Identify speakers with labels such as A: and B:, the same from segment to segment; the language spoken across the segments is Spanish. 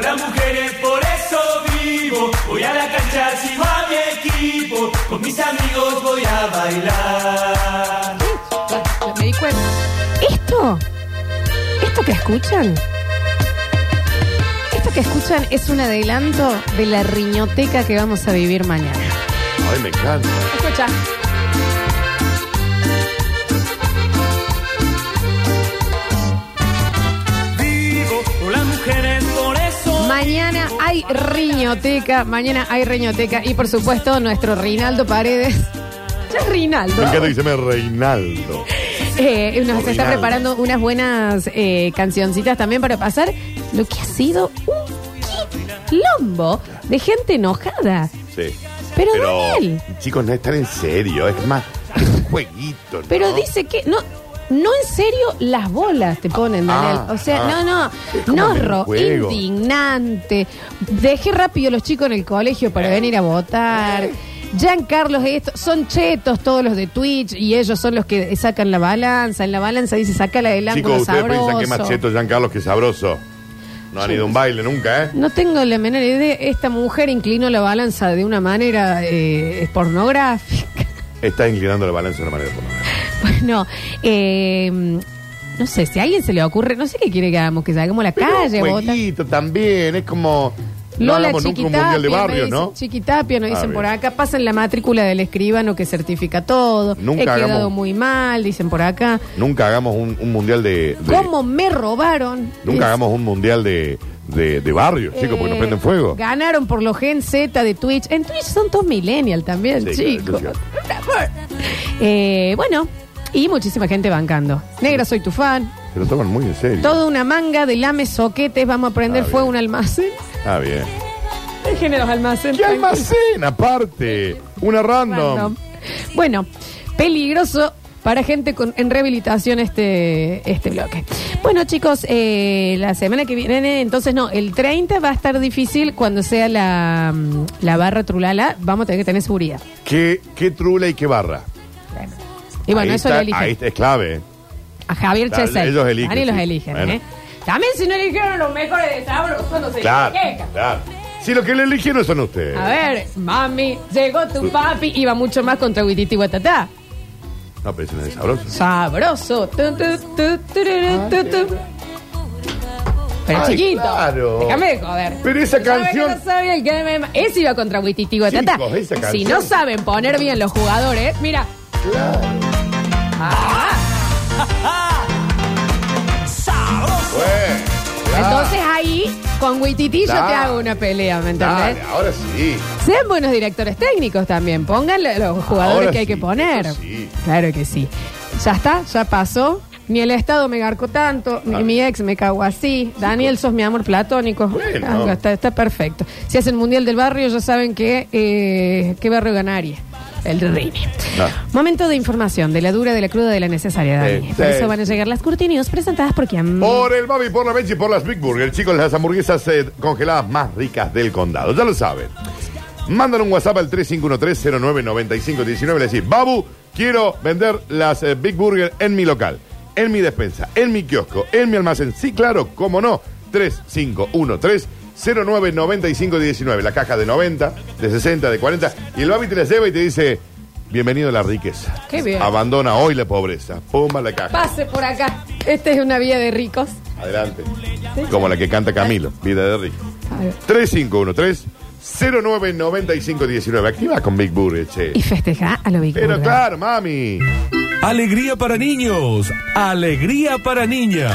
A: las mujeres, por eso vivo. Voy a la cancha, sigo a mi equipo. Con mis amigos voy a bailar.
B: Me di cuenta.
C: Esto, esto que escuchan, esto que escuchan es un adelanto de la riñoteca que vamos a vivir mañana.
D: Ay, me encanta.
B: Escucha.
A: Vivo por las mujeres, por eso.
C: Mañana hay riñoteca, mañana hay riñoteca y por supuesto nuestro Reinaldo Paredes. Ya es Reinaldo.
D: Me encanta que se llame Reinaldo.
C: Eh, nos está
D: Reinaldo.
C: preparando unas buenas eh, cancioncitas también para pasar lo que ha sido un quilombo de gente enojada.
D: Sí.
C: Pero, Daniel.
D: Chicos, no es tan en serio. Es más, es un jueguito. ¿no?
C: Pero dice que no. No en serio las bolas te ponen, Daniel.
D: Ah,
C: o sea,
D: ah.
C: no,
D: Es
C: no,
D: como medio
C: norro,
D: juego.
C: indignante. Dejé rápido a los chicos en el colegio
D: Eh.
C: para venir a votar. Giancarlo, esto, son chetos todos los de Twitch y ellos son los que sacan la balanza. En la balanza dice, sacala del
D: Chicos,
C: ángulo
D: ustedes piensan que
C: sabroso.
D: Macheto, Giancarlo, que sabroso. No han ido a un baile nunca, ¿eh?
C: No tengo la menor idea. Esta mujer inclinó la balanza de una manera eh, pornográfica.
D: Está inclinando la balanza de una manera formal.
C: Bueno, eh, no sé, si a alguien se le ocurre, no sé qué quiere que hagamos, que salgamos a la calle,
D: un
C: vota.
D: jueguito también. Es como. No
C: Lola
D: hablamos nunca un mundial de
C: Chiquitapia, me
D: barrio,
C: dicen,
D: ¿no?
C: Chiquitapia, nos
D: Ah,
C: dicen
D: bien.
C: por acá, pasan la matrícula del escribano que certifica todo.
D: Nunca
C: He quedado
D: hagamos-
C: muy mal, dicen por acá.
D: Nunca hagamos un, un mundial de. de-
C: ¿Cómo me robaron? Dicen,
D: Nunca hagamos un mundial de, de, de barrio, chicos, porque nos
C: eh,
D: prenden fuego.
C: Ganaron por los Gen Z de Twitch. En Twitch son todos millennial también,
D: Sí,
C: chicos.
D: claro,
C: Eh, bueno, y muchísima gente bancando. Negra, soy tu fan.
D: Se lo toman muy en serio.
C: Toda una manga de lame soquetes, vamos a prender
D: Ah, bien.
C: fuego a un almacén.
D: Ah, bien.
C: Déjenme los almacenes.
D: ¿Qué almacén, aparte? Una random.
C: Bueno, peligroso para gente con, en rehabilitación este, este bloque. Bueno, chicos, eh, la semana que viene, entonces no, el 30 va a estar difícil cuando sea la, mm, la barra trulala, vamos a tener que tener seguridad.
D: ¿Qué, qué trula y qué barra?
C: Y bueno,
D: Ahí
C: eso lo
D: está- Ahí
C: eligen.
D: está, es clave.
C: A Javier
D: Claro,
C: Chesel.
D: ellos eligen,
C: Dani los
D: sí.
C: eligen,
D: Bueno.
C: ¿eh? También si no eligieron los mejores de sabros, cuando se
D: Claro,
C: quejan.
D: claro. Si lo que le eligieron son ustedes.
C: A ver, mami, llegó
D: Uh.
C: tu papi, iba mucho más contra Huititi y Guatatá.
D: No, pero eso no es sabroso.
C: Sabroso. Tu, tu, tu, tururú, tu, tu. Pero
D: Ay,
C: chiquito.
D: claro.
C: Déjame de joder.
D: Pero esa
C: ¿Sabes
D: canción-
C: que no soy el que me ma- Ese iba contra Huititi y Guatatá.
D: Chicos, esa
C: Si
D: canción-
C: no saben poner bien los jugadores, mira. Ah,
A: Sabroso.
D: Bueno, claro.
C: entonces ahí, con Huititi yo te
D: Dale.
C: hago una pelea, ¿me entendés?
D: Dale, ahora sí.
C: Sean buenos directores técnicos también. Pónganle los jugadores
D: Ahora
C: que hay
D: sí,
C: que poner.
D: eso sí.
C: Claro que sí. Ya está, ya pasó. Ni el Estado me garcó tanto, ni
D: Ah.
C: mi ex me cagó así. Daniel, sos mi amor platónico.
D: pues. Bueno.
C: Ah, está, está perfecto. Si hacen Mundial del Barrio, ya saben que, eh, qué barrio ganaría. El de Rini.
D: Ah.
C: Momento de información, de la dura, de la cruda, de la necesaria,
D: Sí,
C: Dani. Por
D: sí.
C: eso van a llegar las curtinios presentadas por quien...
D: Por el Babi, por la Benji, por las Big Burger. Chicos, las hamburguesas eh, congeladas más ricas del condado. Ya lo saben. Mandan un WhatsApp al 3513099519 y le decís, Babu, quiero vender las eh, Big Burger en mi local, en mi despensa, en mi kiosco, en mi almacén. Sí, claro, cómo no. 3513099519. La caja de 90, de 60, de 40. Y el Babi te las lleva y te dice, bienvenido a la riqueza.
C: Qué bien.
D: Abandona hoy la pobreza. Pumba la caja.
C: Pase por acá. Esta es una vía de ricos.
D: Adelante. Como la que canta Camilo, Vida de Rico.
C: A ver.
D: 3513-099519. Aquí va con Big Burger, che.
C: Y festeja a lo Big
D: Pero
C: Burger.
D: claro, mami.
E: Alegría para niños, alegría para niñas.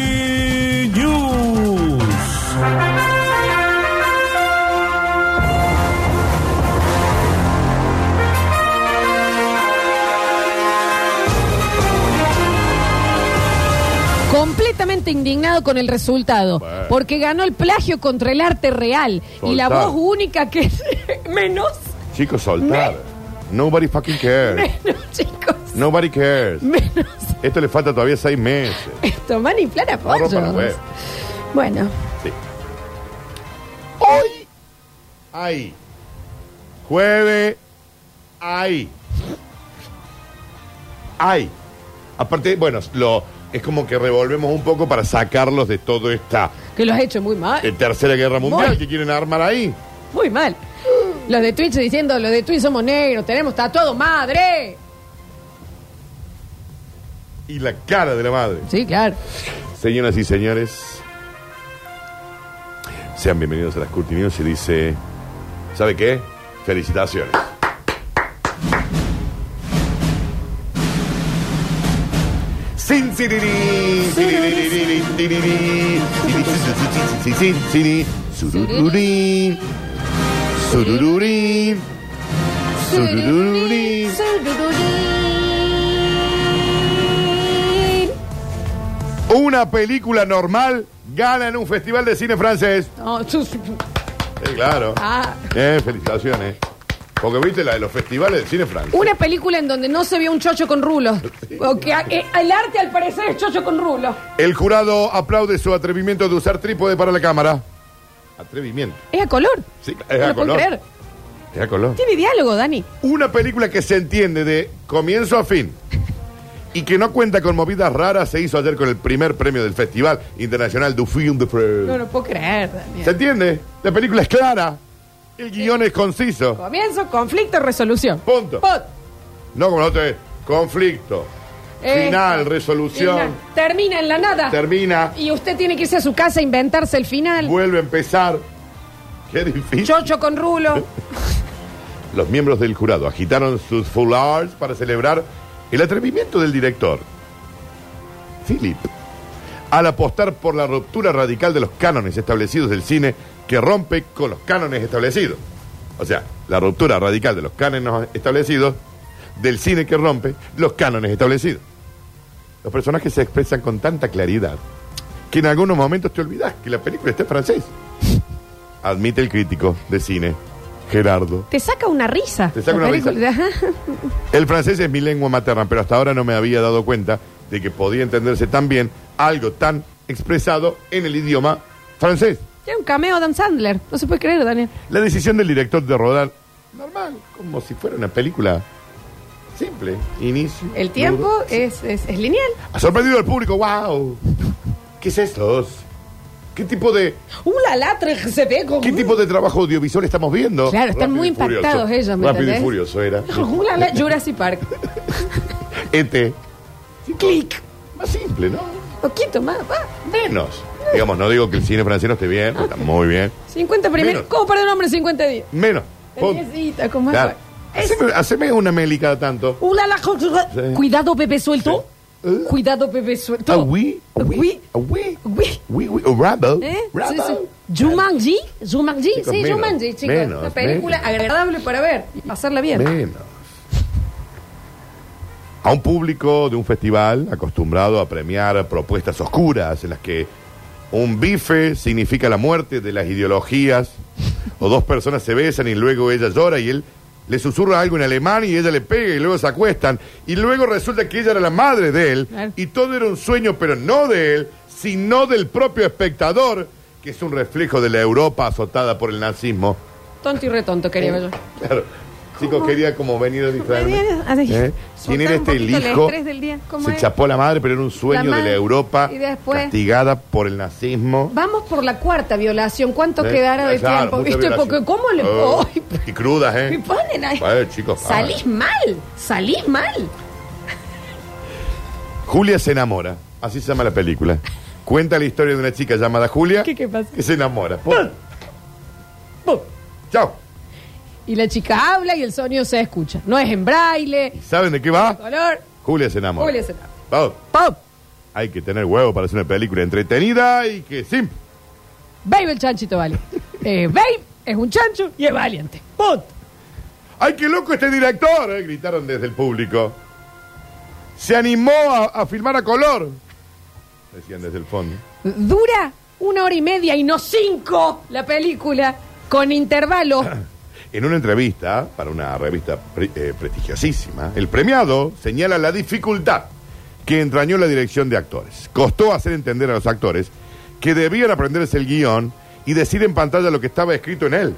E: News.
C: Completamente indignado con el resultado,
D: Bueno.
C: porque ganó el plagio contra el arte real y la
D: Soltá.
C: voz única que es menos
D: Chicos, soltar. Nobody fucking cares.
C: Menos, chicos.
D: Nobody cares.
C: Menos.
D: Esto le falta todavía seis meses.
C: Tomar y plan
D: Ahorro
C: apoyo.
D: para los huevos.
C: Bueno,
D: Sí. Hoy hay. Jueves hay. Hay. Aparte, bueno, lo, es como que revolvemos un poco para sacarlos de toda esta
C: que lo has hecho muy mal.
D: eh, tercera guerra mundial
C: Muy.
D: que quieren armar ahí.
C: Muy mal. Los de Twitch diciendo, los de Twitch somos negros, tenemos tatuado madre.
D: Y la cara de la madre.
C: Sí, claro.
D: Señoras y señores, sean bienvenidos a las Curti News y dice, ¿sabe qué? Felicitaciones. Sin sirirí, siririrí, sirirí, sirirí, sirirí, surururí, surururí, surururí. Una película normal gana en un festival de cine francés.
C: No, sus-
D: Sí, claro.
C: Ah.
D: Eh, felicitaciones. Porque viste la de los festivales de cine francés.
C: Una película en donde no se vio un chocho con rulo. O que a- eh, el arte al parecer es chocho con rulo.
D: El jurado aplaude su atrevimiento de usar trípode para la cámara. Atrevimiento.
C: Es a color.
D: Sí, es
C: no
D: a
C: lo puedo
D: color.
C: creer.
D: Te da color.
C: Tiene diálogo, Dani.
D: Una película que se entiende de comienzo a fin y que no cuenta con movidas raras se hizo ayer con el primer premio del Festival Internacional du Film de France.
C: No lo puedo creer, Dani.
D: ¿Se entiende? La película es clara. El guión es conciso.
C: Comienzo, conflicto, resolución.
D: Punto. No como nosotros. Conflicto.
C: Eh,
D: Final, resolución.
C: final. Termina en la nada.
D: Termina.
C: y usted tiene que irse a su casa a inventarse el final.
D: Vuelve a empezar. Qué difícil.
C: Chocho con rulo.
D: Los miembros del jurado agitaron sus foulards para celebrar el atrevimiento del director, Philip, al apostar por la ruptura radical de los cánones establecidos del cine que rompe con los cánones establecidos. O sea, la ruptura radical de los cánones establecidos del cine que rompe los cánones establecidos. Los personajes se expresan con tanta claridad que en algunos momentos te olvidas que la película está en francés. Admite el crítico de cine, Gerardo
C: Te saca una risa.
D: Te saca
C: La
D: una risa.
C: película. Ajá.
D: el francés es mi lengua materna, pero hasta ahora no me había dado cuenta de que podía entenderse tan bien algo tan expresado en el idioma francés.
C: Tiene un cameo Dan Sandler. No se puede creer, Daniel.
D: La decisión del director de rodar normal, como si fuera una película simple, inicio.
C: El tiempo
D: nudo.
C: es, es, es lineal.
D: Ha sorprendido al público, wow. ¿Qué es esto? ¿Qué tipo de
C: Una latra que se ve con.
D: qué tipo de trabajo audiovisual estamos viendo?
C: Claro, están
D: Rápido
C: muy
D: y furioso.
C: impactados ellos, ¿me
D: Rápido y
C: entendés?
D: furioso era.
C: Una la- Jurassic Park.
D: Este,
C: Clic.
D: más simple, ¿no?
C: Poquito más. va.
D: menos. Digamos, no digo que el cine francés no esté bien, está muy bien.
C: 50 primeros.
D: Menos.
C: ¿Cómo perder un hombre en 50 días?
D: Menos. Pon-
C: Teníasita, con más.
D: Claro.
C: Es-
D: Haceme, haceme una meli cada tanto.
C: Ula la jo-
D: Sí.
C: Cuidado, bebé suelto.
D: Sí. Eh.
C: Cuidado, bebé suelto.
D: Ah, oui, ah, oui,
C: Oui.
D: ah, oui,
C: Oui.
D: oui, oui, oh, Rambo,
C: ¿Eh? Sí,
D: Rambo.
C: sí. Jumanji, Jumanji,
D: Chicos,
C: sí,
D: menos,
C: Jumanji, chicos.
D: menos,
C: una película
D: menos.
C: agradable para ver y pasarla bien.
D: Menos. A un público de un festival acostumbrado a premiar propuestas oscuras en las que un bife significa la muerte de las ideologías o dos personas se besan y luego ella llora y él le susurra algo en alemán y ella le pega y luego se acuestan y luego resulta que ella era la madre de él
C: Claro.
D: y todo era un sueño pero no de él sino del propio espectador que es un reflejo de la Europa azotada por el nazismo.
C: Tonto y retonto quería ver yo.
D: Claro. Chicos, quería como venir a distraerme.
C: Venía a decir,
D: ¿Eh? ¿Quién
C: soltar
D: era este
C: un
D: el
C: poquito el
D: hijo?
C: estrés del día. ¿Cómo
D: Se
C: es?
D: chapó la madre, pero era un sueño
C: La
D: de la
C: madre.
D: Europa
C: Y después-
D: castigada por el nazismo.
C: Vamos por la cuarta violación. ¿Cuánto
D: ¿Eh?
C: quedará de
D: Claro,
C: tiempo?
D: mucha
C: ¿Viste?
D: violación.
C: Porque ¿cómo le
D: Oh,
C: Ay,
D: Y crudas, ¿eh?
C: me ponen ahí?
D: Bueno, chicos,
C: salís mal, salís mal.
D: Julia se enamora. Así se llama la película. Cuenta la historia de una chica llamada Julia
C: ¿Qué- qué pasa?
D: que se enamora. Pum.
C: Pum.
D: Chao.
C: Y la chica habla y el sonido se escucha. No es en braille,
D: ¿Saben de qué va?
C: color.
D: Julia se enamora.
C: Julia se enamora.
D: Vamos.
C: Pop.
D: Hay que tener huevo para hacer una película entretenida y que simple.
C: Babe el chanchito vale. Eh, babe es un chancho y es valiente. Punto.
D: ¡Ay, qué loco este director! eh, gritaron desde el público. Se animó a, a filmar a color. Decían desde el fondo. Ah.
C: Dura una hora y media y no cinco la película con intervalos.
D: En una entrevista para una revista pre- eh, prestigiosísima, el premiado señala la dificultad que entrañó la dirección de actores. Costó hacer entender a los actores que debían aprenderse el guión y decir en pantalla lo que estaba escrito en él,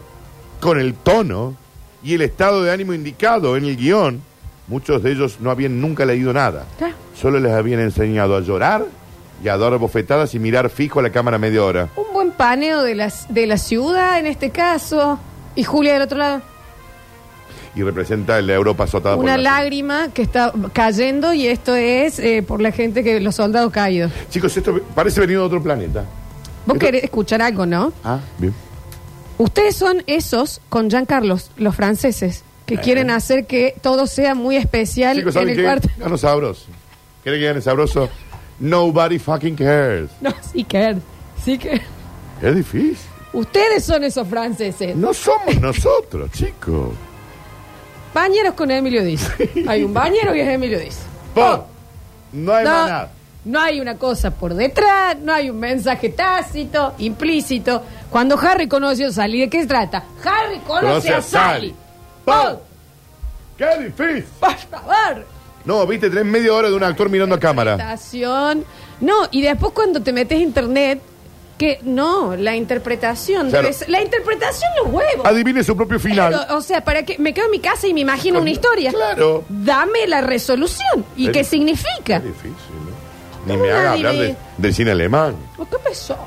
D: con el tono y el estado de ánimo indicado en el guión. Muchos de ellos no habían nunca leído nada.
C: Claro.
D: Solo les habían enseñado a llorar y a dar bofetadas y mirar fijo a la cámara media hora.
C: Un buen paneo de, las, de la ciudad en este caso. Y Julia del otro lado.
D: Y representa la Europa azotada Ah, por
C: Una
D: la-
C: lágrima que está cayendo y esto es eh, por la gente que los soldados caídos.
D: Chicos, esto parece venir de otro planeta.
C: Vos
D: Esto-
C: querés escuchar algo, ¿no?
D: Ah, bien.
C: Ustedes son esos con Jean Carlos, los franceses, que quieren hacer que todo sea muy especial
D: Chicos,
C: en
D: ¿saben
C: el
D: qué?
C: cuarto.
D: Gano sabroso. ¿Quieren que gane sabroso? Nobody fucking cares.
C: No, sí que sí que
D: Es difícil.
C: Ustedes son esos franceses.
D: No somos nosotros, chicos.
C: Bañeros con Emilio Diz. Hay un bañero y es Emilio Diz.
D: Pon. No hay más
C: No,
D: nada.
C: no hay una cosa por detrás, no hay un mensaje tácito, implícito. Cuando Harry conoce a Sally, ¿de qué se trata? Harry conoce
D: Conoce
C: a
D: a Sally.
C: Sally.
D: Pon. ¡Qué difícil!
C: Por favor.
D: No, viste, tenés media hora de un actor mirando a cámara.
C: Interpretación. No, y después cuando te metes a internet, que no, la interpretación.
D: Claro.
C: debe ser- la interpretación los huevos.
D: Adivine su propio final.
C: Pero, o sea, ¿para qué? Me quedo en mi casa y me imagino una
D: Claro.
C: historia.
D: Claro.
C: Dame la resolución. ¿Y
D: Es
C: qué
D: difícil.
C: significa?
D: Es difícil, ¿no? Ni me haga hablar de-
C: Nadie-
D: del cine alemán.
C: ¿Por ¿Qué pasó?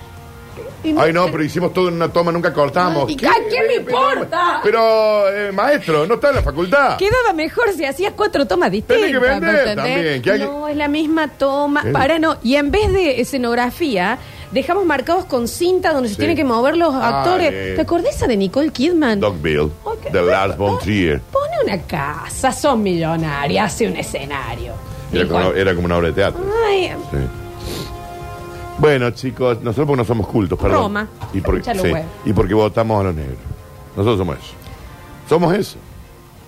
D: Ay, no, pero hicimos todo en una toma, nunca cortamos.
C: ¿Y a quién le importa?
D: Pero, eh, maestro, no está en la facultad.
C: Quedaba mejor si hacías cuatro tomas distintas.
D: Ah. Tenés que vender
C: ¿me entendés?
D: también, que Eh. alguien-
C: No, es la misma toma.
D: ¿Qué?
C: Para, no. Y en vez de escenografía, dejamos marcados con cinta donde se
D: Sí.
C: tienen que mover los
D: Ah,
C: actores.
D: bien.
C: ¿Te acordás esa de Nicole Kidman?
D: Dogville,
C: Ok,
D: de Lars von
C: pon-
D: Trier.
C: Pone una casa, son millonaria, hace un escenario.
D: Era como,
C: Igual.
D: era como una obra de teatro.
C: Ay,
D: Sí. Bueno, chicos, nosotros porque no somos cultos, perdón.
C: Roma.
D: Y porque,
C: Escucha los
D: sí,
C: huevos.
D: y porque votamos a los negros. Nosotros somos eso. Somos eso.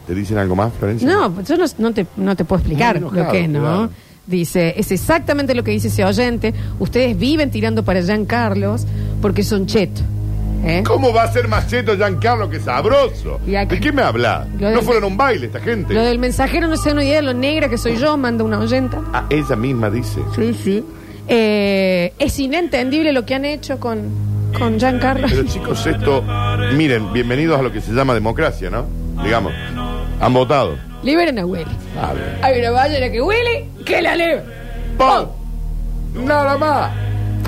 D: ¿Te dicen algo más, Florencia?
C: No, yo no, no te, no te puedo explicar
D: Muy enojado,
C: lo que es, ¿no?
D: claro.
C: Dice, es exactamente lo que dice ese oyente. Ustedes viven tirando para Jean Carlos porque son chetos. ¿eh?
D: ¿Cómo va a ser macheto Giancarlo que sabroso?
C: Y acá-
D: ¿De qué me habla?
C: Lo
D: No
C: del-
D: fueron a un baile esta gente.
C: Lo del mensajero no se da una idea de lo negra que soy yo, manda una oyenta.
D: Ah, ella misma dice.
C: Sí, sí. Eh, es inentendible lo que han hecho con, con Jean Carlos.
D: Pero chicos, esto, miren, bienvenidos a lo que se llama democracia, ¿no? Digamos, han votado.
C: Liberen a Willy.
D: A ver.
C: Hay una ballena que Willy, que la leve.
D: ¡Pum! Nada más.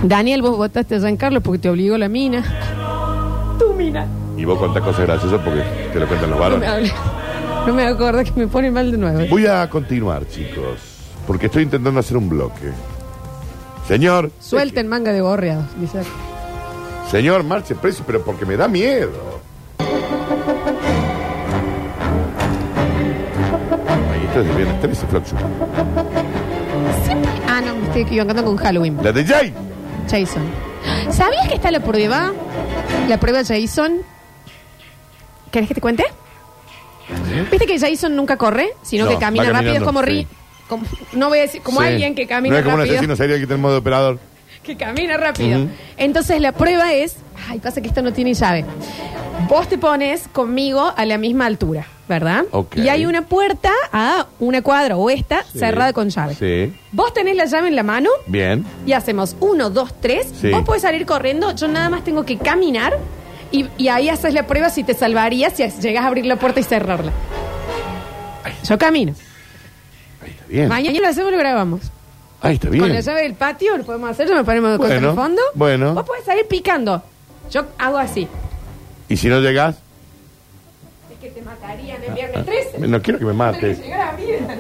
C: Daniel, vos votaste a Jean Carlos porque te obligó la mina. Tu mina.
D: Y vos contás cosas graciosas porque te lo cuentan los
C: No me
D: varones.
C: hables. No me acuerdo que me pone mal de nuevo.
D: Voy a continuar, chicos, porque estoy intentando hacer un bloque. Señor.
C: Suelten manga de gorreados, dice.
D: Señor, marche preso, pero porque me da miedo. Ahí esto es de Viernes 13, Floxu.
C: Ah, no, me estoy equivocando con Halloween.
D: La de Jay.
C: Jason. ¿Sabías que está la prueba? La prueba Jason. ¿Querés que te cuente? ¿Viste que Jason nunca corre, sino
D: ¿Eh? No,
C: que camina
D: va
C: rápido? Es como, ri-
D: caminando,
C: como- No voy a decir, como
D: Sí.
C: alguien que camina
D: No es como un
C: rápido.
D: asesino serial que tenemos de operador.
C: Que camina rápido.
D: Ujú.
C: Entonces la prueba es. Ay, pasa que esto no tiene llave. Vos te pones conmigo a la misma altura, ¿verdad?
D: Ok.
C: Y hay una puerta a una cuadra o esta
D: Sí.
C: cerrada con llave.
D: Sí.
C: Vos tenés la llave en la mano
D: Bien.
C: y hacemos uno, dos, tres.
D: Sí.
C: Vos podés salir corriendo, yo nada más tengo que caminar y, y ahí haces la prueba si te salvarías si llegas a abrir la puerta y cerrarla. Yo camino.
D: Ahí está bien.
C: Mañana lo hacemos y lo grabamos.
D: Ahí está bien.
C: Con la llave del patio lo podemos hacer, yo me ponemos contra
D: Bueno,
C: el fondo.
D: bueno.
C: Vos podés salir picando. Yo hago así.
D: ¿Y si no llegás?
C: Es que te matarían el viernes 13.
D: No quiero que Ah, me mates.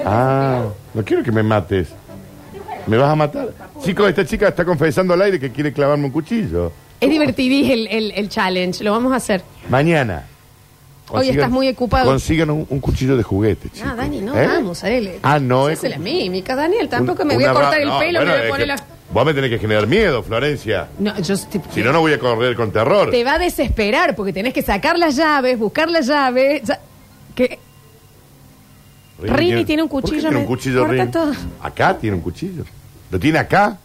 D: Ah, no quiero que me mates. ¿Me vas a matar? Chicos, esta chica está confesando al aire que quiere clavarme un cuchillo.
C: Es divertidí el, el- el challenge, lo vamos a hacer.
D: Mañana.
C: Hoy
D: Consigan-
C: estás muy ocupado.
D: Consigan un, un cuchillo de juguete, chicos.
C: Ah, Dani, no,
D: ¿Eh?
C: vamos, él.
D: Ah, no.
C: Se
D: es
C: hace la
D: como-
C: mímica, Daniel. Tampoco
D: un-
C: me voy a
D: una
C: cortar
D: ra-
C: el
D: no,
C: pelo,
D: bueno,
C: me voy a
D: es
C: poner
D: que
C: la...
D: Vos me tenés que generar miedo, Florencia.
C: No, yo te,
D: Si no, no voy a correr con terror.
C: te va a desesperar porque tenés que sacar las llaves, buscar las llaves. ya- que Rini tiene un
D: ¿Por qué
C: cuchillo,
D: tiene
C: me
D: un cuchillo,
C: corta
D: Rini?
C: todo.
D: Acá tiene un cuchillo. ¿Lo tiene acá?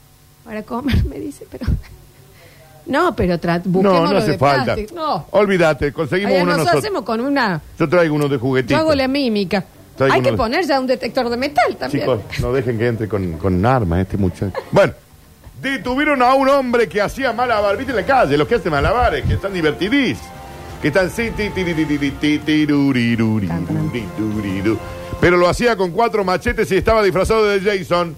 C: para comer, me dice, pero. No, pero tra-
D: No,
C: busquemos
D: no
C: lo
D: hace
C: de
D: falta.
C: plástico. No.
D: Olvídate, conseguimos
C: Allá
D: uno
C: nosotros
D: nosotros.
C: hacemos con una.
D: Yo traigo uno de juguetito.
C: Yo hago la mímica.
D: Traigo
C: Hay que
D: uno de- pues.
C: poner ya un detector de metal también.
D: Chicos, no dejen que entre con, con armas este muchacho. Bueno, detuvieron a un hombre que hacía malabar. Viste en la calle, los que hacen malabares, que están divertidís. Que están sí, ti, ti, ti, ti, ti, ti, ti, ti, ru, ri, ru, ri, ru, ri, ru, ri, ru. Pero lo hacía con cuatro machetes y estaba disfrazado de Jason.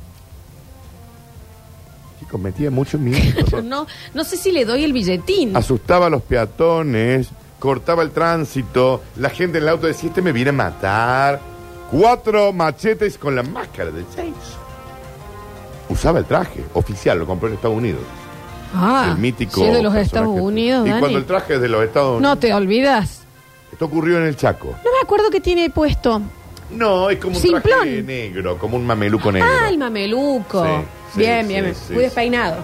D: Chicos, metía mucho miedo.
C: No, no sé si le doy el billetín.
D: Ah, Asustaba a los peatones, cortaba el tránsito, la gente en el auto decía, este me viene a matar. Cuatro machetes con la máscara de Jason. Usaba el traje oficial, lo compró en Estados Unidos.
C: Ah,
D: el mítico.
C: sí, de los
D: personaje.
C: Estados Unidos,
D: Y
C: Dani.
D: cuando el traje es de los Estados Unidos.
C: No te olvidas.
D: Esto ocurrió en el Chaco.
C: No me acuerdo qué tiene puesto.
D: No, es como un
C: Simplón.
D: traje negro, como un mameluco negro.
C: Ah, el mameluco.
D: Sí, sí,
C: bien,
D: sí,
C: bien. bien.
D: sí,
C: Muy
D: sí.
C: despeinado.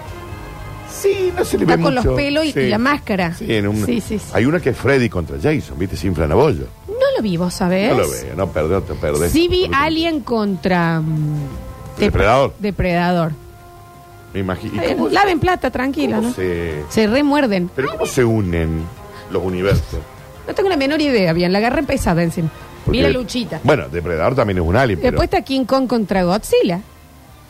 D: Sí, no se le
C: Está
D: ve
C: con
D: mucho.
C: los pelos y,
D: Sí.
C: y la máscara.
D: Sí, en un-
C: sí, sí, sí.
D: Hay una que es Freddy contra Jason, ¿viste? Sin flanabollo.
C: No lo vi, vos sabés.
D: No lo veo, no perdés, te perdés.
C: Sí vi
D: Absolutamente.
C: Alien contra... mm,
D: Depredador.
C: Depredador.
D: Me imagino. ¿Y
C: Eh,
D: cómo-
C: Laven plata, tranquila,
D: cómo
C: ¿no?
D: se-
C: Se remuerden.
D: Pero ¿cómo se unen los universos?
C: No tengo la menor idea, bien. La agarré pesada encima.
D: Porque-
C: Mira Luchita.
D: Bueno, Depredador también es un alien, pero...
C: Después está King Kong contra Godzilla.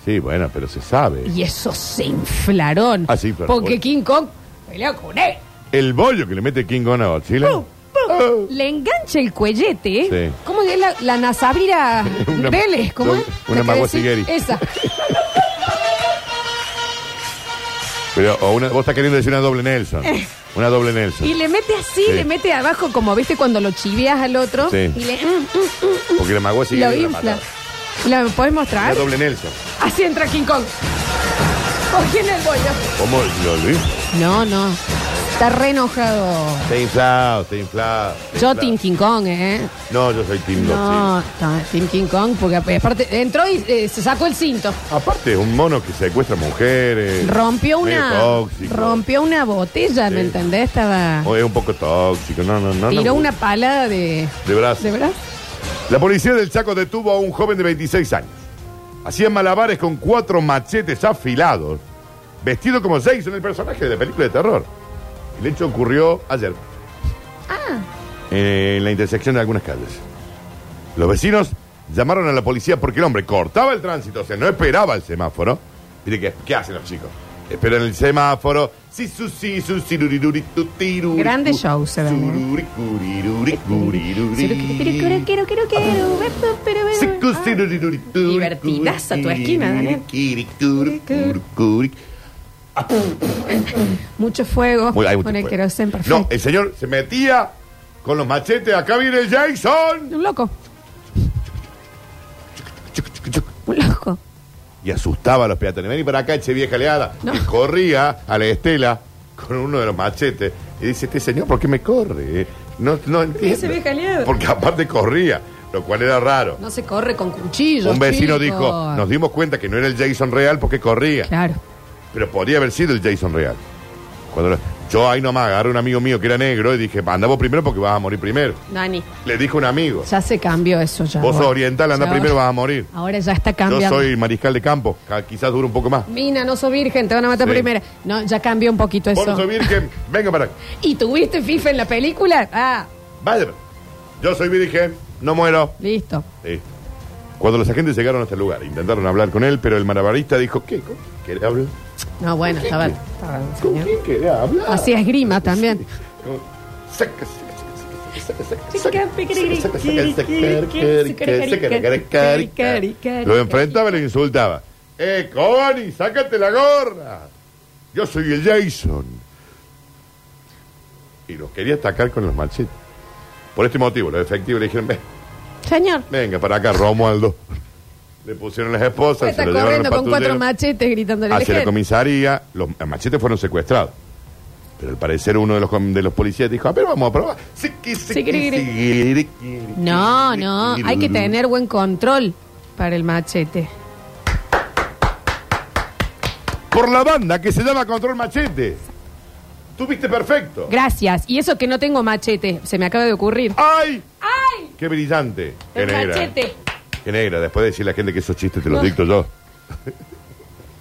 D: Sí, bueno, pero se sabe.
C: Y eso se inflaron.
D: Ah, sí, claro.
C: Porque King Kong peleó con él.
D: El bollo que le mete King Kong a Godzilla.
C: ¡Pum! ¡Pum! Le engancha el cuellete, ¿eh?
D: Ah. Sí.
C: ¿Cómo es la, la Nasabrira
D: Una-
C: Vélez? ¿Cómo es? La
D: una
C: que
D: Mago Sigueri.
C: decís- Esa.
D: Ah. Pero o una- vos estás queriendo decir una doble Nelson. Una doble Nelson.
C: Eh. Y le mete así,
D: Sí.
C: le mete abajo, como viste cuando lo chiveas al otro.
D: Sí.
C: Y le. mm,
D: Porque la magua sigue
C: lo
D: la
C: infla.
D: patada.
C: ¿La podés
D: Una
C: mostrar?
D: doble Nelson.
C: Así entra King Kong. Cogiendo el bollo.
D: ¿Cómo lo lo hizo?
C: No, no. Está re enojado.
D: Está inflado, está inflado. está
C: Yo
D: inflado.
C: Team King Kong, ¿eh?
D: No, yo soy Team
C: No,
D: Godzilla.
C: está Team King Kong, porque aparte entró y eh, se sacó el cinto.
D: Aparte, es un mono que secuestra mujeres.
C: Rompió
D: medio
C: una
D: tóxico.
C: rompió una botella, ¿me
D: Sí.
C: entendés? Estaba
D: O es un poco tóxico. No, no, no.
C: tiró
D: no.
C: una palada de
D: De brazo.
C: de verdad.
D: La policía del Chaco detuvo a un joven de 26 años. Hacía malabares con cuatro machetes afilados, vestido como Jason, el personaje de la película de terror. El hecho ocurrió ayer.
C: Ah.
D: Eh, En la intersección de algunas calles. Los vecinos llamaron a la policía porque el hombre cortaba el tránsito, o sea, no esperaba el semáforo. Mire, ¿qué, qué hacen los chicos? Esperan el semáforo. Sí, su, sí, su, siruriruri, tu, tiruri,
C: Grande
D: cu,
C: show se dan, ¿eh?
D: sururi, curiruri, curiruri.
C: Quiero, quiero, quiero, quiero, pero, pero, pero, ah. Libertinaza
D: Libertinaza
C: tu esquina, Daniel. Mucho fuego con el querosén perfecto.
D: No, eh. el señor se metía con los machetes. Acá viene el Jason.
C: Un loco, un loco.
D: Y asustaba a los peatones. Vení para acá, che vieja leada.
C: No.
D: Y corría a la estela con uno de los machetes. Y dice, este señor, ¿por qué me corre? No, no entiendo.
C: Ese vieja leada.
D: Porque aparte corría, lo cual era raro.
C: No se corre con cuchillos.
D: Un vecino
C: chicos.
D: dijo, nos dimos cuenta que no era el Jason real porque corría.
C: Claro.
D: Pero podría haber sido el Jason Real. Cuando lo- yo ahí nomás agarré a un amigo mío que era negro y dije, anda vos primero porque vas a morir primero.
C: Dani,
D: Le dijo un amigo,
C: ya se cambió eso ya.
D: vos sos
C: ahora.
D: oriental, anda
C: Ya
D: primero,
C: ahora-
D: vas a morir.
C: Ahora ya está
D: Yo
C: cambiando.
D: soy mariscal de campo, ca- quizás dure un poco más.
C: Mina, no sos virgen, te van a matar
D: Sí.
C: primero. No, ya cambió un poquito eso.
D: Vos no sos virgen, venga para acá.
C: ¿Y tuviste FIFA en la película? Ah,
D: Vaya, yo soy virgen, no muero.
C: listo.
D: Sí. Cuando los agentes llegaron hasta el lugar, intentaron hablar con él, pero el malabarista dijo, ¿qué? ¿Con quién querés hablar?
C: No, bueno, estaba, estaba el
D: ¿Con
C: señor.
D: quién querés hablar?
C: Hacía esgrima también.
D: Saca, Lo enfrentaba y lo insultaba. ¡Eh, Connie, sácate la gorra! Yo soy el Jason. Y los quería atacar con los machetes. Por este motivo, los efectivos le dijeron, "Ven,
C: Señor,
D: venga para acá, Romualdo. Le pusieron las esposas, se
C: está
D: lo llevaron
C: corriendo
D: al
C: con cuatro
D: patrullero
C: machetes gritándole.
D: hacia la
C: "Gente".
D: comisaría, los machetes fueron secuestrados. Pero al parecer uno de los, com- de los policías dijo, a ver, vamos a probar. Siqui, siqui,
C: Siquiriri.
D: siquiriri,
C: No, no, hay que tener buen control para el machete.
D: Por la banda que se llama Control Machete. Tuviste perfecto.
C: Gracias. Y eso que no tengo machete, se me acaba de ocurrir.
D: ¡Ay!
C: ¡Ay!
D: ¡Qué brillante! ¡Qué
C: El
D: negra!
C: machete.
D: ¡Qué negra! Después de decirle a la gente que esos chistes te los
C: No.
D: dicto yo.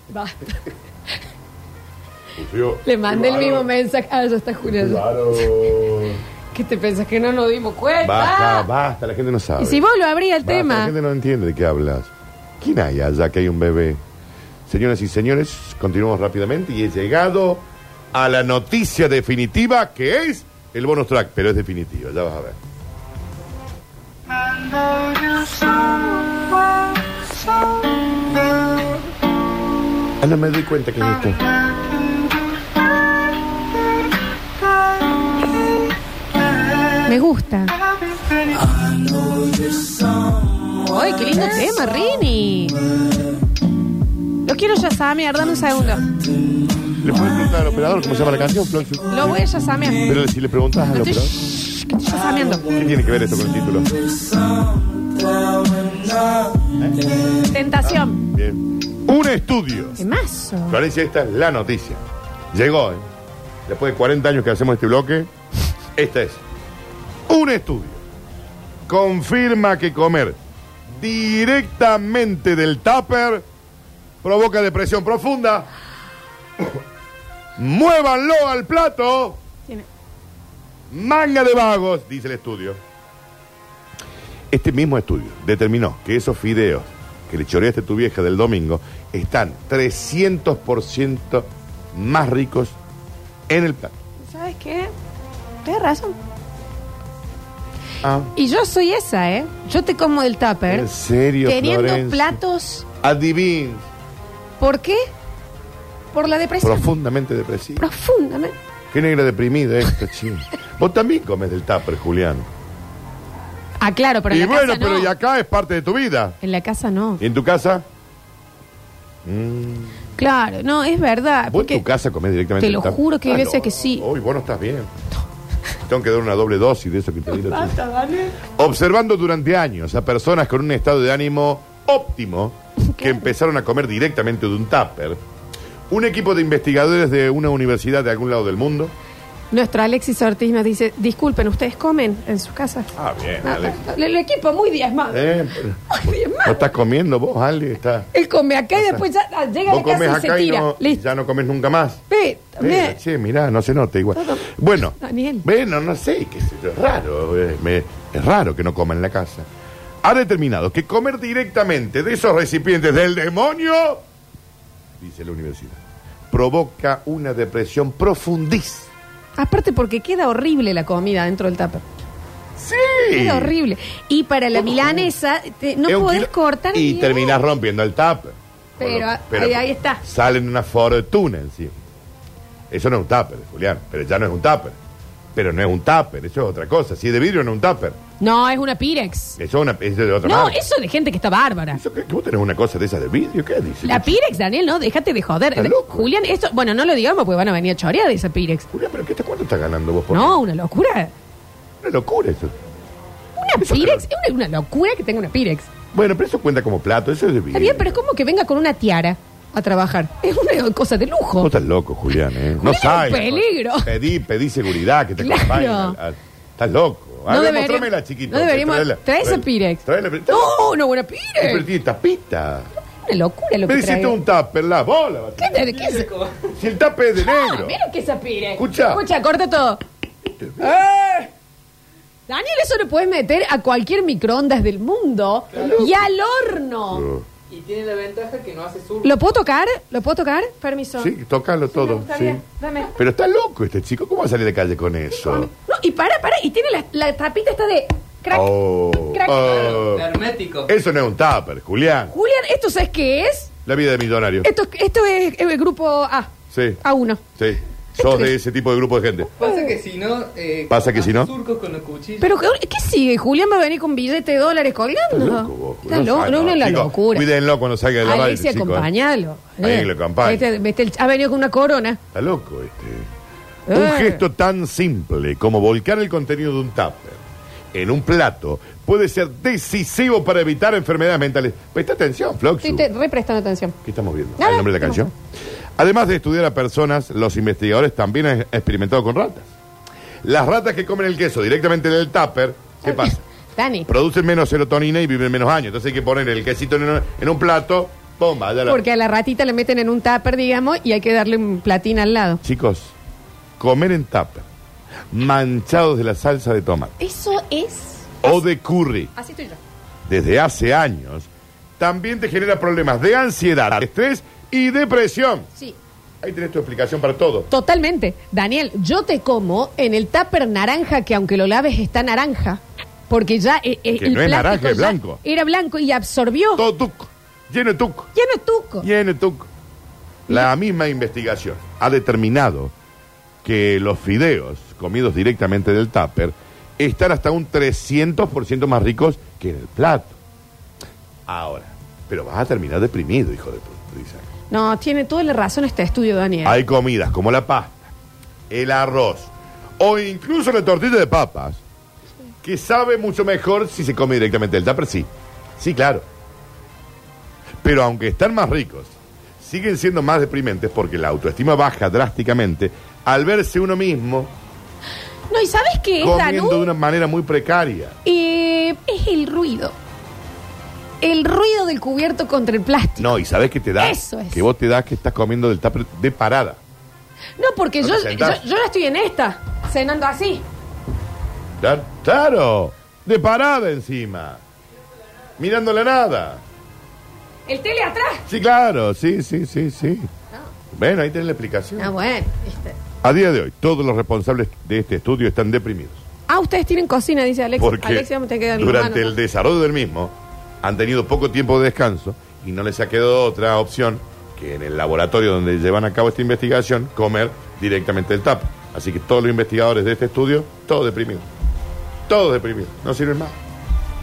C: Basta.
D: Sufrió.
C: Le mandé el
D: Bárbaro.
C: mismo mensaje. Ah, ya está Julián.
D: Bárbaro.
C: ¿Qué te pensás que no nos dimos cuenta?
D: Basta, basta, la gente no sabe.
C: Y si vos lo abrías el
D: Basta, La
C: tema.
D: gente no entiende de qué hablas. ¿Quién hay allá que hay un bebé? Señoras y señores, continuamos rápidamente y he llegado a la noticia definitiva que es el bonus track, pero es definitiva, ya vas a ver. Ah, no me doy cuenta que es esto.
C: Me gusta. ¡Ay, qué lindo tema, Rini! Lo quiero yasamear, dame un segundo.
D: ¿Le puedes preguntar al operador cómo se llama la canción, Floxu?
C: Lo voy a yasamear.
D: Pero si le preguntas al
C: Lo estoy,
D: operador,
C: shh, que estoy yasameando.
D: ¿qué tiene que ver esto con el título?
C: Tentación.
D: Bien. Un estudio.
C: ¡Qué mazo!
D: Florencia, esta es la noticia. Llegó, ¿eh? Después de 40 años que hacemos este bloque, esta es. Un estudio confirma que comer directamente del tupper provoca depresión profunda. Muévanlo al plato.
C: Tiene-
D: Manga de vagos, dice el estudio. Este mismo estudio determinó que esos fideos que le choreaste a tu vieja del domingo están 300% más ricos en el plato.
C: ¿Sabes qué? Tienes razón.
D: Ah,
C: Y yo soy esa, ¿eh? Yo te como del tupper.
D: en serio,
C: Teniendo
D: Florencia?
C: platos.
D: Adivin,
C: ¿Por qué? Por la depresión.
D: profundamente depresivo.
C: Profundamente.
D: Qué negra deprimida esta, chica. Vos también comes del tupper, Julián.
C: Ah, claro, pero en
D: y
C: la
D: bueno,
C: casa
D: pero
C: no.
D: y acá es parte de tu vida.
C: En la casa no.
D: ¿Y en tu casa?
C: Claro, no, es verdad.
D: ¿Vos en
C: Porque
D: tu casa comés directamente?
C: te
D: el
C: lo
D: tupper?
C: juro que hay
D: Ah,
C: veces
D: no.
C: que sí.
D: Hoy vos no estás bien. Tengo que dar una doble dosis de eso que te di la otra vez. Observando durante años a personas con un estado de ánimo óptimo que empezaron a comer directamente de un tupper, un equipo de investigadores de una universidad de algún lado del mundo.
C: nuestro Alexis Ortiz nos dice, disculpen, ¿ustedes comen en sus casas?
D: Ah, bien,
C: Ah,
D: Alex.
C: El, el equipo muy diezmado.
D: Eh,
C: Muy diezmado.
D: ¿No estás comiendo vos, Ale? Está-
C: Él come acá y después ya ah, llega a
D: Vos
C: la
D: comes
C: casa y se
D: acá y
C: tira.
D: no- y
C: Listo.
D: ya no comes nunca más.
C: Ve, también.
D: Mira, che, mirá, no se nota igual.
C: Todo-
D: Bueno,
C: Daniel.
D: bueno, no sé, qué sé yo, es raro, eh, me- es raro que no coma en la casa. Ha determinado que comer directamente de esos recipientes del demonio, dice la universidad, provoca una depresión profundiz.
C: Aparte porque queda horrible la comida dentro del tupper.
D: Sí.
C: Queda horrible. Y para la milanesa, te- no
D: Es un
C: podés
D: kilo-
C: cortar
D: Y
C: bien.
D: terminás rompiendo el tupper.
C: Pero,
D: Bueno,
C: ahí- ahí está.
D: Salen una fortuna encima. Eso no es un tupper, Julián, pero ya no es un tupper. Pero no es un tupper, eso es otra cosa. Si es de vidrio, no es un tupper.
C: No, es una Pirex.
D: Eso es, una, eso es de otra
C: No,
D: marca.
C: eso de gente que está bárbara.
D: Eso que, que vos tenés una cosa de esas de vidrio, ¿qué dices?
C: La Pirex, Daniel, no, déjate de joder.
D: Está loco.
C: Julián, esto, bueno, no lo digamos porque van a venir a chorear de esa Pirex.
D: Julián, pero qué te, ¿cuánto estás ganando vos por
C: No, una locura.
D: Una locura eso.
C: Una
D: Eso
C: Pirex, es
D: creo.
C: una, una locura que tenga una Pirex.
D: Bueno, pero eso cuenta como plato, eso es de vidrio.
C: Está bien, pero es como que venga con una tiara a trabajar. Es una cosa de
D: Vos
C: lujo.
D: estás loco, Julián, ¿eh? No
C: Julián,
D: salgas.
C: peligro.
D: Pedí, pedí seguridad, que te
C: Claro.
D: acompañen. al- al- Estás loco.
C: No
D: A ver,
C: deberíamos-
D: mostrámela, chiquito.
C: no deberíamos-
D: Traela-
C: trae esa
D: traela-
C: Pirex.
D: traela- traela-
C: No, una buena
D: Pero
C: Pirex.
D: tiene tapita.
C: Una locura lo
D: Me
C: que
D: hiciste
C: trae.
D: un tupper, la bola.
C: ¿Qué, te- qué es?
D: Si el tupper es de
C: Ah,
D: negro.
C: mira que esa Pirex.
D: Escucha.
C: Escucha, corta todo.
D: ¡Eh!
C: Daniel, eso lo puedes meter a cualquier microondas del mundo y al horno.
B: Y tiene la ventaja que no hace surf.
C: ¿Lo puedo tocar? ¿Lo puedo tocar? Permiso.
D: Sí, tocalo todo.
C: está
D: sí.
C: bien, dame.
D: Pero está loco este chico. ¿Cómo va a salir de calle con eso?
C: Ah, No, y para, para, y tiene la, la tapita esta de crack.
D: Oh,
C: Crack.
D: oh.
B: Hermético.
D: Eso no es un tupper, Julián.
C: Julián, ¿esto sabes qué es?
D: La vida de millonario.
C: Esto, esto es el grupo A.
D: Sí.
C: A1.
D: Sí. Sos de ese tipo de grupo de gente.
B: Pasa que si no. eh,
D: Pasa que
B: hace
D: si no.
B: Surcos con los cuchillos.
C: Pero, ¿qué sigue? Julián va a venir con billete de dólares colgando.
D: Estás loco vos,
C: Está
D: Julián.
C: loco,
D: Ah,
C: no, no, es la
D: Chicos,
C: locura.
D: Cuídenlo cuando salga de la radio.
C: Alexia,
D: chico, eh.
C: acompañalo.
D: Alguien que lo acompañe.
C: Vete- vete eh. Este, el- ha venido con una corona.
D: Está loco este.
C: Eh.
D: Un gesto tan simple como volcar el contenido de un tupper en un plato puede ser decisivo para evitar enfermedades mentales. Presta atención, Floxu.
C: Estoy te- re prestando atención.
D: ¿Qué estamos viendo?
C: Nada,
D: ¿El nombre de la
C: no.
D: canción? Además de estudiar a personas, los investigadores también han experimentado con ratas. Las ratas que comen el queso directamente del tupper, ¿qué pasa?
C: Dani,
D: Producen menos serotonina y viven menos años. Entonces hay que poner el quesito en un, en un plato Bomba, ya la-
C: Porque a la ratita le meten en un tupper, digamos, y hay que darle un platín al lado.
D: Chicos, comer en tapa, manchados de la salsa de tomate
C: Eso es.
D: o de curry,
C: Así estoy yo.
D: desde hace años, también te genera problemas de ansiedad, estrés y depresión.
C: Sí.
D: Ahí tenés tu explicación para todo.
C: Totalmente. Daniel, yo te como en el tupper naranja que aunque lo laves está naranja. Porque ya eh, eh,
D: Que no es naranja,
C: plástico
D: es
C: ya
D: blanco.
C: Era blanco y absorbió.
D: Todo tuco, lleno de tuco.
C: Ya no es tuco.
D: Tiene tuco. La misma investigación ha determinado que los fideos comidos directamente del tupper están hasta un 300% más ricos que en el plato. Ahora, pero vas a terminar deprimido, hijo de puta, dice.
C: No, tiene toda la razón este estudio, Daniel.
D: Hay comidas como la pasta, el arroz o incluso la tortilla de papas que sabe mucho mejor si se come directamente del tupper, sí. Sí, claro. Pero aunque están más ricos, siguen siendo más deprimentes porque la autoestima baja drásticamente al verse uno mismo
C: No, ¿y sabes qué es,
D: comiendo
C: Danu?
D: de una manera muy precaria.
C: Eh, es el ruido. El ruido del cubierto contra el plástico.
D: No, y sabes qué te da?
C: Eso es.
D: Que vos te das que estás comiendo del tupper de parada.
C: No, porque
D: No
C: yo,
D: te
C: yo,
D: sentás.
C: yo ahora estoy en esta, cenando así.
D: Claro, claro, de parada encima. Mirando la nada.
C: El tele atrás.
D: Sí, claro, sí, sí, sí, sí. Bueno, ahí tenés la explicación.
C: Ah, bueno. viste.
D: A día de hoy, todos los responsables de este estudio están deprimidos.
C: Ah, ustedes tienen cocina, dice Alex.
D: Porque
C: Alex, vamos a tener que dar
D: durante el desarrollo del mismo han tenido poco tiempo de descanso y no les ha quedado otra opción que en el laboratorio donde llevan a cabo esta investigación comer directamente el TAP. Así que todos los investigadores de este estudio, todos deprimidos. Todos deprimidos. No sirven más.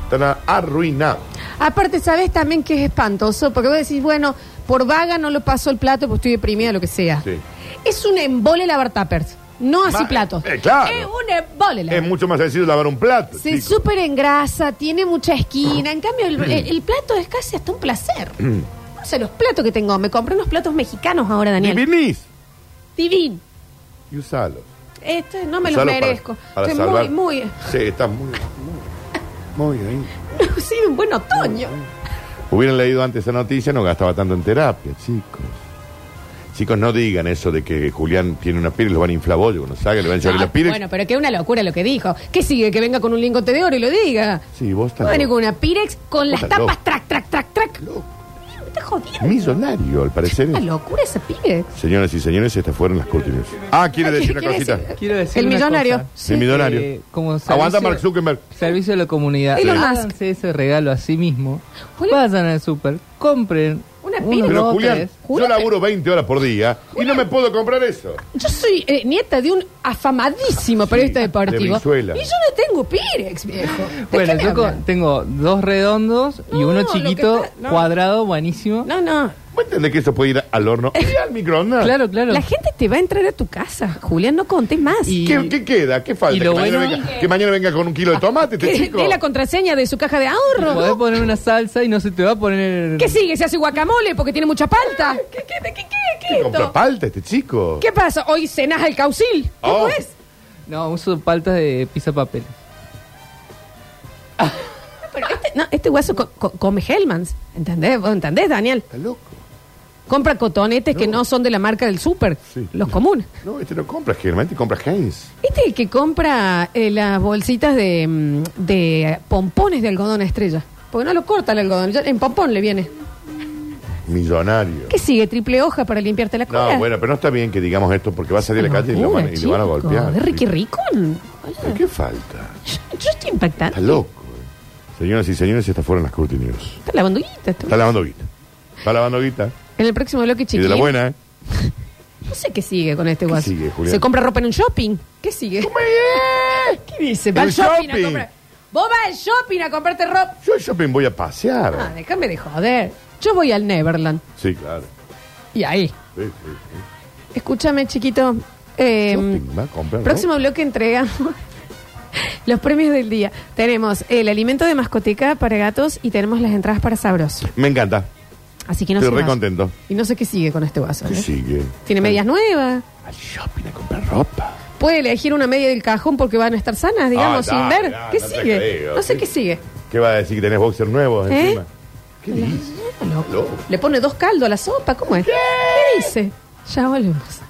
D: Están a- arruinados.
C: Aparte, ¿sabes también que es espantoso? Porque vos decís, bueno, por vaga no lo paso el plato porque estoy deprimida, lo que sea.
D: Sí.
C: Es un embole lavar tuppers, no así
D: Ma-
C: platos.
D: eh, claro.
C: Es un embole lavar.
D: Es mucho más sencillo lavar un plato.
C: Se
D: chicos.
C: súper engrasa, tiene mucha esquina. En cambio,
D: Mm.
C: el, el- el plato es casi hasta un placer. No sé, los platos que tengo. Me compré unos platos mexicanos ahora,
D: Y
C: Daniel. Divin.
D: vinís y usalo.
C: Este no me los
D: Usalo para-
C: merezco.
D: para
C: Estoy
D: salvar-
C: muy, muy.
D: Sí, estás muy, muy, muy ahí.
C: Ha sido un buen otoño.
D: Hubieran leído antes esa noticia, no gastaba tanto en terapia, chicos. Chicos, no digan eso de que Julián tiene una pira y lo van a inflar bollo, no saben, le van a llevar
C: No,
D: la pira.
C: Ah, bueno, pero que una locura lo que dijo. ¿Qué sigue? Que venga con un lingote de oro y lo diga.
D: Sí, vos
C: Va a venir
D: también.
C: con una Pirex con las
D: Puta,
C: tapas
D: loco.
C: track, track, track, track. Me está jodiendo.
D: Millonario, al parecer.
C: Una locura esa Pirex.
D: Señoras y señores, estas fueron las cortinas. Ah, quiere decir una
C: ¿Quiere
D: cosita.
C: decir?
B: Quiero decir
C: El
B: una
C: millonario.
B: cosa.
D: Sí, millonario.
B: Eh, como
D: Aguanta
B: servicio-
D: Mark Zuckerberg.
B: Servicio a la comunidad.
C: Elon Musk.
B: Háganse ese regalo a sí mismo.
C: Juli-
B: Vayan al súper, compren
C: Una
B: unos
C: pila.
D: Pero
B: dos,
D: Julián,
B: tres.
D: yo
C: Julián.
D: laburo 20 horas por día y no me puedo comprar eso.
C: Yo soy eh, nieta de un afamadísimo periodista deportivo.
D: de Brizuela.
C: Y yo no tengo Pirex, viejo. ¿De qué
B: Bueno,
C: me
B: yo co-
C: hablan?
B: tengo dos redondos y
C: No,
B: uno
C: lo que
B: chiquito,
C: está- no.
B: cuadrado, buenísimo.
C: No, no.
D: ¿Vos entendés que eso puede ir al horno y al microondas?
B: Claro, claro.
C: La gente te va a entrar a tu casa. Julián, no contes más.
B: Y-
D: ¿Qué, qué queda? ¿Qué falta?
B: y
D: Que,
B: lo
D: mañana
B: bueno-
D: venga, que mañana venga con un kilo de tomate, este
C: Que
D: chico.
C: dé Ah, la contraseña de su caja de
B: Podés
C: ahorro.
B: poner una salsa y no se te va a poner...
C: ¿Qué sigue? ¿Se hace guacamole porque tiene mucha palta? ¿Qué, qué, qué, qué, qué, qué
D: ¿Qué
C: es
D: compra
C: esto?
D: palta este chico?
C: ¿Qué pasa? Hoy cenás al caucil. pues? ¿Cómo
D: Oh.
C: es?
B: No, uso paltas de pizza papel.
C: Pero este, no, este guaso co- co- come Hellmans. ¿Entendés? ¿Vos entendés, Daniel?
D: Está loco.
C: Compra cotonetes que no son de la marca del súper.
D: Sí.
C: Los comunes.
D: No, este no compra generalmente compra Heinz.
C: Este es el que compra eh, las bolsitas de, mm, de pompones de algodón a estrella. Porque no lo corta el algodón, ya en pompón le viene.
D: Millonario.
C: ¿Qué sigue? ¿Triple hoja para limpiarte la cola?
D: No, bueno, pero no está bien que digamos esto porque va a salir a la calle y, lo van, y le van a golpear.
C: ¿De Ricky Ricón?
D: ¿Pero ¿Qué falta?
C: Yo, yo estoy
D: Está
C: impactante.
D: loco. eh. Señoras y señores, estas fueron las Curti News.
C: Está la bandulita.
D: Está lavando guita. Está lavando guita.
C: En el próximo bloque,
D: Y de
C: chiquilín.
D: la buena, ¿eh?
C: No sé qué sigue con este guaso.
D: sigue, Julián?
C: ¿Se compra ropa en un shopping? ¿Qué sigue? ¿Qué dice? Va
D: El
C: al shopping,
D: shopping.
C: a comprar. Vos vas al shopping a comprarte ropa.
D: Yo al shopping voy a pasear.
C: Ah, déjame de joder. Yo voy al Neverland.
D: Sí, claro.
C: Y ahí.
D: Sí, sí, sí.
C: Escúchame, chiquito. Eh,
D: Shopping, va a comprar, ¿no?
C: próximo bloque entregamos los premios del día. Tenemos el alimento de mascoteca para gatos y tenemos las entradas para sabros.
D: Me encanta.
C: Así que no
D: Estoy
C: se
D: re
C: vayan.
D: contento.
C: Y no sé qué sigue con este vaso.
D: ¿Qué
C: ¿eh?
D: sigue?
C: Tiene medias nuevas.
D: Al shopping a comprar ropa.
C: Puede elegir una media del cajón porque van a estar sanas, digamos,
D: Ah,
C: sin
D: dale,
C: ver.
D: dale,
C: ¿Qué
D: no te
C: sigue?
D: creo,
C: no sé
D: sí.
C: qué sigue.
D: ¿Qué va a decir que tenés boxer nuevos
C: ¿Eh?
D: encima? ¿Qué dice?
C: Loco.
D: Loco.
C: Le pone dos caldos a la sopa, ¿cómo es? ¿Qué dice? Ya volvemos.